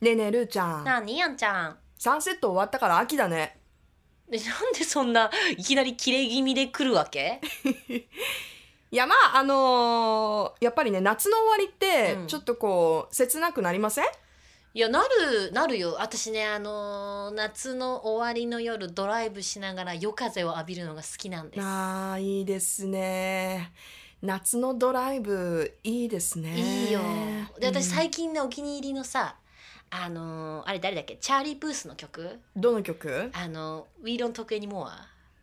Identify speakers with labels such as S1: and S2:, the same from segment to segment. S1: ねえねえるーちゃん
S2: なあにやんちゃん
S1: サンセット終わったから秋だね
S2: でなんでそんないきなりキレ気味で来るわけ
S1: いやまああのーやっぱりね夏の終わりって
S2: うん
S1: ちょっとこう切なくなりません、
S2: いやなるなるよ私ねあのー夏の終わりの夜ドライブしながら夜風を浴びるのが好きなんです
S1: あーいいですね夏のドライブいいですね
S2: いいよで私
S1: うん
S2: 最近ねお気に入りのさあのーあれ誰だっけチャーリー・プースの曲
S1: どの曲
S2: あの「We Don't Talk Anymore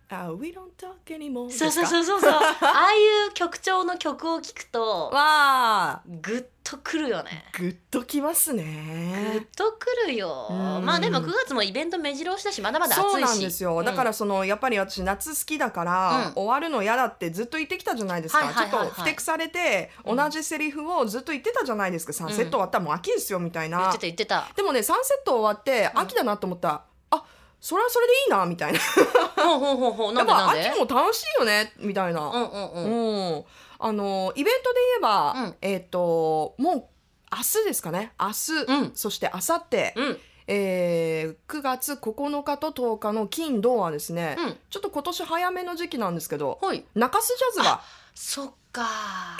S1: あ We don't talk anymore」
S2: そうそう
S1: う
S2: そうそうそうあ あいう曲調の曲を聴くと
S1: わあ
S2: グッとくるよね
S1: グッときます
S2: グッ
S1: ね
S2: とくるよ、
S1: うん
S2: まあでも9月もイベント目白押しだしまだまだ暑いし
S1: そうなんですよ、だからそのやっぱり私夏好きだから、
S2: うん
S1: 終わるの嫌だってずっと言ってきたじゃないですか、
S2: はいはいはいは
S1: ち
S2: い
S1: ょっとふてくされて、
S2: うん
S1: 同じセリフをずっと言ってたじゃないですか、サンセット終わったらもう秋ですよみたい
S2: うん言
S1: な
S2: ってた言ってた
S1: でもねサンセット終わって
S2: うん
S1: 秋だなと思ったら、あそれはそれでいいなみたいな
S2: ほうほうほう ほうな
S1: やっ
S2: んで
S1: ぱ
S2: なんで
S1: 秋も楽しいよねみたいな、
S2: うんうんうん、
S1: うん、あのイベントで言えば、
S2: うん
S1: えっ、ともう明日ですかね明日、
S2: うん
S1: そして明後日、
S2: うん
S1: えー9月9日と10日の金土はですね、
S2: うん
S1: ちょっと今年早めの時期なんですけど
S2: ほい
S1: 中洲ジャズが
S2: そっか、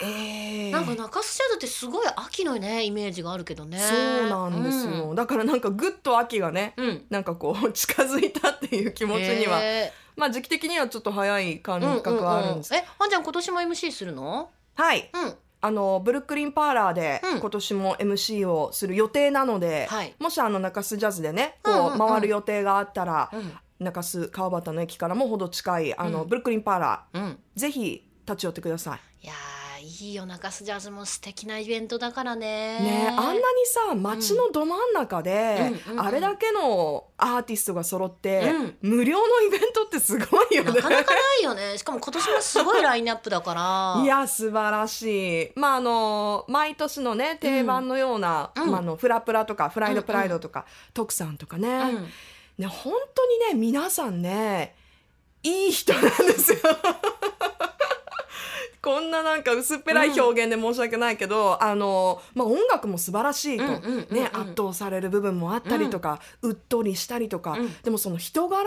S1: えー
S2: なんか中洲ジャズってすごい秋のねイメージがあるけどね
S1: そうなんですよ、だからなんかぐっと秋がね
S2: うん、うん
S1: なんかこう 近づいたっていう気持ちには、
S2: へ
S1: まあ時期的にはちょっと早い感
S2: ーうんうん
S1: 覚はあるんです、
S2: うんえあんちゃん今年も MC するの
S1: はい
S2: うん
S1: あのブルックリンパーラーで
S2: うん
S1: 今年も MC をする予定なので、
S2: はい
S1: もしあの中洲ジャズでね
S2: うん
S1: こ
S2: うんう
S1: うん回る予定があったら、
S2: うん
S1: 中洲川端の駅からもほど近いあの、
S2: うん
S1: ブルックリンパーラ
S2: うん
S1: ーぜひ立ち寄ってください。
S2: いやーいいよ中洲ジャズも素敵なイベントだからね
S1: ねえあんなにさ街のど真ん中で、
S2: うんうんうん
S1: あれだけのアーティストが揃って、
S2: うん
S1: 無料のイベントってすごいよね。
S2: なかなかないよねしかも今年もすごいラインナップだから
S1: いや素晴らしいまああの毎年のね定番のような、
S2: うん
S1: まあ、あのフラプラとかフライドプライドとか、徳さんとかね、
S2: うん
S1: ね本当にね皆さんねいい人なんですよ こんななんか薄っぺらい表現で申し訳ないけど、あのまあ、音楽も素晴らしいと、
S2: うんうんうんうん
S1: ね、圧倒される部分もあったりとか、うっとりしたりとか、
S2: うん
S1: でもその人柄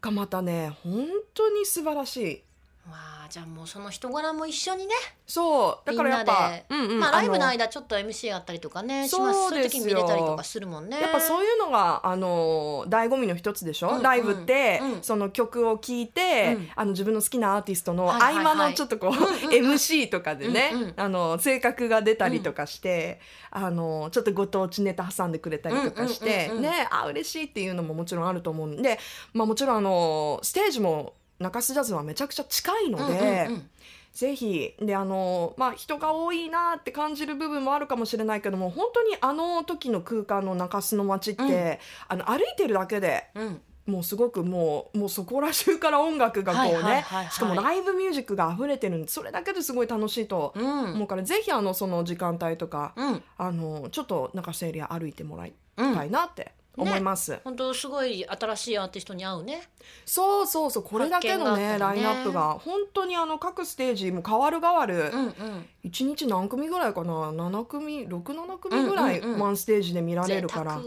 S1: がまたね本当に素晴らしい。
S2: わあじゃあもうその人柄も一緒にね、
S1: そうだからやっぱ
S2: みん
S1: うんうん
S2: まあ、ライブの
S1: の
S2: 間ちょっと MC やったりとかねし
S1: そう
S2: ますそういう
S1: ですよ
S2: 時に見れたりとかするもんね
S1: やっぱそういうのがあの醍醐味の一つでしょ、
S2: うんうん
S1: ライブって、
S2: うん
S1: その曲を聴いて、
S2: うん
S1: あの自分の好きなアーティストの
S2: はいはい
S1: 合
S2: はい
S1: 間のちょっとこう、
S2: うんうん
S1: MC とかでね、
S2: うんうん
S1: あの性格が出たりとかして、あのちょっとご当地ネタ挟んでくれたりとかして、
S2: うんうんうんうん
S1: ねあ嬉しいっていうのももちろんあると思うんで、まあ、もちろんあのステージも中洲ジャズはめちゃくちゃ近いので。
S2: うんうんうん
S1: ぜひであのまあ人が多いなって感じる部分もあるかもしれないけども本当にあの時の空間の中洲の街って、
S2: うん
S1: あの歩いてるだけで
S2: うん
S1: もうすごくもうもうそこら中から音楽がこうね、
S2: はいはいはいはい
S1: しかもライブミュージックが溢れてるんでそれだけですごい楽しいと
S2: うん
S1: 思うから、ぜひあのその時間帯とか、
S2: うん
S1: あのちょっと中洲エリア歩いてもらい
S2: うん
S1: たいなって思います。
S2: 本当すごい新しいアーティストに合うね
S1: そうそうそうこれだけの
S2: 発見があ
S1: ね
S2: った
S1: ラ
S2: り
S1: イ
S2: ね
S1: ンナップが本当にあの各ステージも変わる変わる、
S2: うんうん
S1: 1日何組ぐらいかな7組67組ぐらい
S2: うんうんうん
S1: マンステージで見られ
S2: 贅
S1: るか
S2: 沢
S1: ら、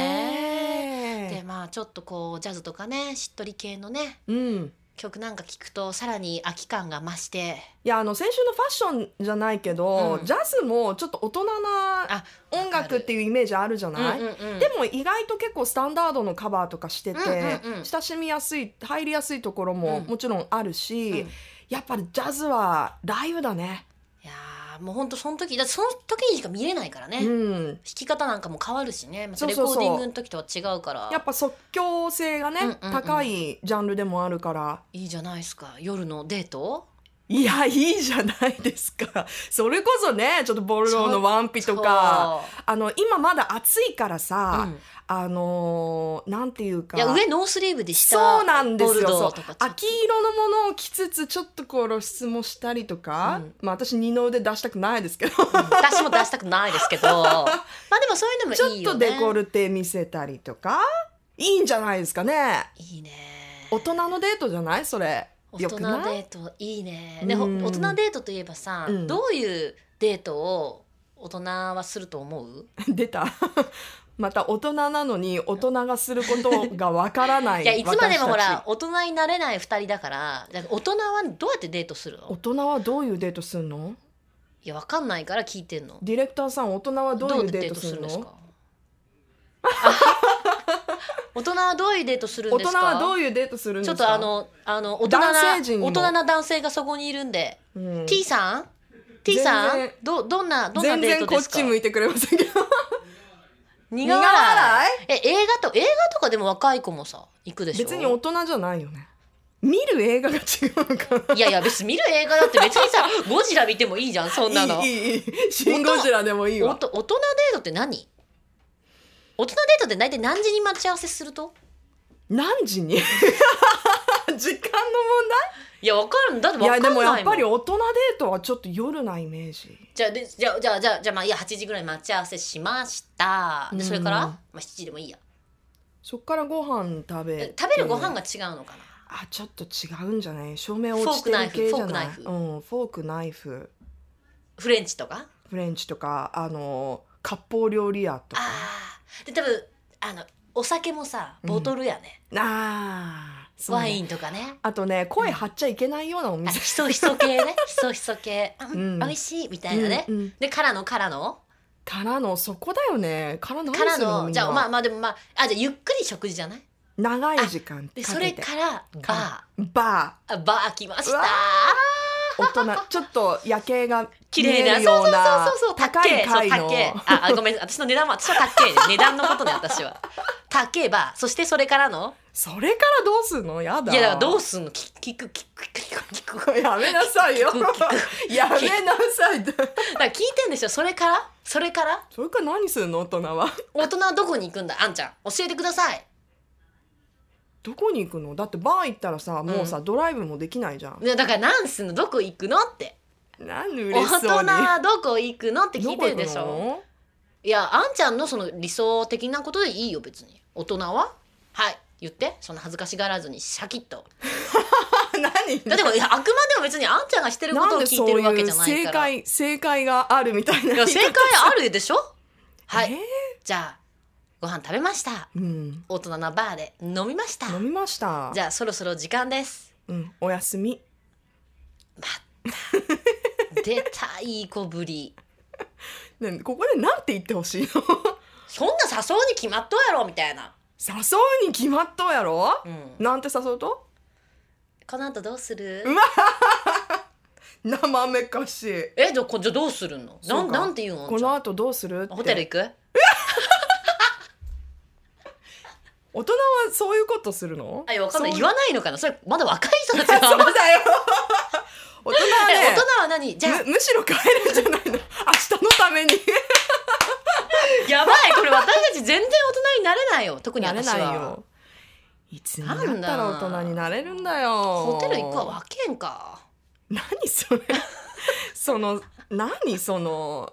S1: ね
S2: で
S1: え、
S2: まあちょっとこうジャズとかねしっとり系のね
S1: うん、
S2: 曲なんか聴くとさらに秋感が増して
S1: いやあの先週のファッションじゃないけど、
S2: うん
S1: ジャズもちょっと大人な
S2: あ
S1: 音楽って
S2: い
S1: いうイメージあるじゃない、
S2: うんうんうん、
S1: でも意外と結構スタンダードのカバーとかしてて、
S2: うんうんうん
S1: 親しみやすい入りやすいところも
S2: うん
S1: もちろんあるし、
S2: うん
S1: やっぱりジャズはライブだね。
S2: いやーもうほんとその時だってその時にしか見れないからね、
S1: う
S2: 弾
S1: ん
S2: き方なんかも変わるしねまた
S1: そう
S2: レ
S1: そう
S2: コ
S1: そう
S2: ーディングの時とは違うから
S1: やっぱ即興性がね、
S2: うんうんうん
S1: 高いジャンルでもあるから
S2: いいじゃないですか夜のデート
S1: いや、いいじゃないですか。 それこそね、ちょっとボルローのワンピとか、あの、今まだ暑いから
S2: そう、う
S1: さ、
S2: ん
S1: あのーなんていうか。
S2: いや上ノースリーブで下
S1: そうなんですよ
S2: ボルドーとか
S1: 秋色のものを着つつ、ちょっとこう露出もしたりとか、
S2: うん
S1: まあ私二の腕出したくないですけ ど、
S2: 私も出したくないですけ どまあでもそういう
S1: ち
S2: のも
S1: ょ
S2: い
S1: っ
S2: いよ
S1: と
S2: ね
S1: デコルテ見せたりとか、いいんじゃないですかね。
S2: いいね
S1: 大人のデートじゃないそれ。
S2: 大
S1: よ
S2: 人
S1: く
S2: デ
S1: ない
S2: ートいいねでほ
S1: うん
S2: 大人デートといえばさ、
S1: うん
S2: どういうデートを大人はすると思う
S1: 出た また大人なのに大人がすることがわからない
S2: いやいつまでもほ
S1: 私た
S2: ら
S1: ち
S2: 大人になれない2人だからだから大人はどうやってデートする
S1: 大
S2: の
S1: 人はどういうデートするの
S2: いやわかんないから聞いてんの
S1: ディレクターさん大人はどういうデートするの
S2: 大人はどういうデートするん
S1: 大
S2: です
S1: 人
S2: か
S1: はどういうデートするんで
S2: ちょ
S1: すか
S2: っとあ、のあの大人な
S1: 男
S2: 大
S1: 性陣にも
S2: 人な男性がそこにいるんで、
S1: うん
S2: T さん T さ
S1: 全
S2: ん
S1: 然
S2: どどんなどんな
S1: 全
S2: デー
S1: 然
S2: ト
S1: こ
S2: で
S1: っ
S2: すか
S1: ち向いてくれませんけど
S2: 苦笑い
S1: 苦笑
S2: え映画と映画とかでも若い子もさ行くでしょ
S1: 別に大人じゃないよね見る映画が違うか
S2: いやいや別に見る映画だって別にさゴジラ見てもいいじゃんそんな
S1: ら
S2: の
S1: いいいいいいシン・ゴジラでもいい
S2: お
S1: わ
S2: と大人デートって何大人デートって大体何時に待ち合わせすると
S1: 何時に 時間の
S2: いやわかるんだって
S1: 問題い
S2: わ
S1: や
S2: かんな
S1: で
S2: いも
S1: もやっぱ
S2: ん
S1: り大人デートはちょっと夜なイメージ
S2: じゃあでじゃあじゃあじゃあじゃあまあいいや8時ぐらい待ち合わせしました
S1: うん
S2: でそれから、まあ、7時でもいいや
S1: そっからご飯食べて
S2: 食べるご飯が違うのかな、
S1: あちょっと違うんじゃない照明落ちてる系じゃない
S2: フォークナイフフォークナイフ
S1: うんフォークナイフ
S2: フレンチとか
S1: フレンチとかあの割烹料理屋とか
S2: ああで多分あのお酒もさ
S1: うん
S2: ボトルやね、
S1: あーそうね
S2: ワインとかね
S1: あとね声張っちゃいけないようなお
S2: あ
S1: 店
S2: ひそひそ系ね ひそひそ系、あ
S1: うん
S2: 美味しいみたいなね、
S1: うんうん
S2: でからのからの
S1: からのそこだよねから何す
S2: か
S1: る
S2: ら
S1: の
S2: の
S1: みん
S2: じ
S1: な
S2: ゃあまあまあでもまああじゃあゆっくり食事じゃない
S1: 長い時間かけ
S2: で
S1: て
S2: それからバ
S1: バ
S2: ーあバー来まし
S1: う
S2: た
S1: わー大 人ちょっと夜景が
S2: 綺麗
S1: 見え
S2: な
S1: るような
S2: そうそうそうそう
S1: 高い
S2: 高
S1: 階
S2: い
S1: の
S2: そう高いああごめん私の値段も私は 高い、ね、値段のことね私は高いバーそしてそれからの
S1: それからどうすんのやだ
S2: いやだからどうすんの聞聞く聞く聞く聞く聞く
S1: やめなさいよ やめなさい
S2: だから聞いてんでしょそれからそれから
S1: それから何するの大人は
S2: 大人はどこに行くんだあんちゃん教えてください
S1: どこに行くのだってバー行ったらさもうさ、ドライブもできないじゃん
S2: いやだから何すんのどこ行くのって
S1: なんで
S2: 大
S1: 嬉し
S2: 人
S1: そうに
S2: はどこ行くのって聞いてるでし
S1: どこ行く
S2: ょ
S1: の
S2: いやあんちゃんのその理想的なことでいいよ別に大人ははい言ってそんな恥ずかしがらずにシャキッと
S1: 何
S2: だって これいやあくまでも別にあんちゃんがしてるこ
S1: な
S2: と
S1: ん
S2: を
S1: で
S2: 聞い
S1: そう
S2: てるわ
S1: い
S2: け
S1: う
S2: じゃない
S1: 正
S2: から
S1: 解正解があるみたいない
S2: や正解あるでしょはい、
S1: え
S2: じゃあご飯食べました
S1: ーうん
S2: 大人なバーで飲みました
S1: 飲みました
S2: じゃあそろそろ時間です
S1: うん、おやすみ
S2: 出たいい子ぶり
S1: ねここでなんて言ってほしいの
S2: そんな誘うに決まっとうやろみたいな、
S1: 誘うに決まっとうやろ
S2: うん、
S1: なんて誘うと
S2: この後どうする
S1: 生めかしい
S2: えじゃあこじゃあどうするのな
S1: そうんか
S2: なんて言うの
S1: この後どうするって
S2: ホテル行く
S1: 大人はそういうことするの
S2: あいやわかんない
S1: そう
S2: 言わないのかなそれまだ若い人た ち
S1: そう
S2: が
S1: だよ 大人は
S2: え大
S1: ね
S2: 人は何じゃあ
S1: むむしろ帰るんじゃないの明日のために
S2: やばいこれ私たち全然大人になれないよ特に
S1: なれ
S2: 私
S1: な
S2: はい
S1: よいつにな
S2: なん
S1: っ
S2: だ
S1: たら大人になれるんだよ
S2: ホテル行くはわけんか
S1: 何それその何その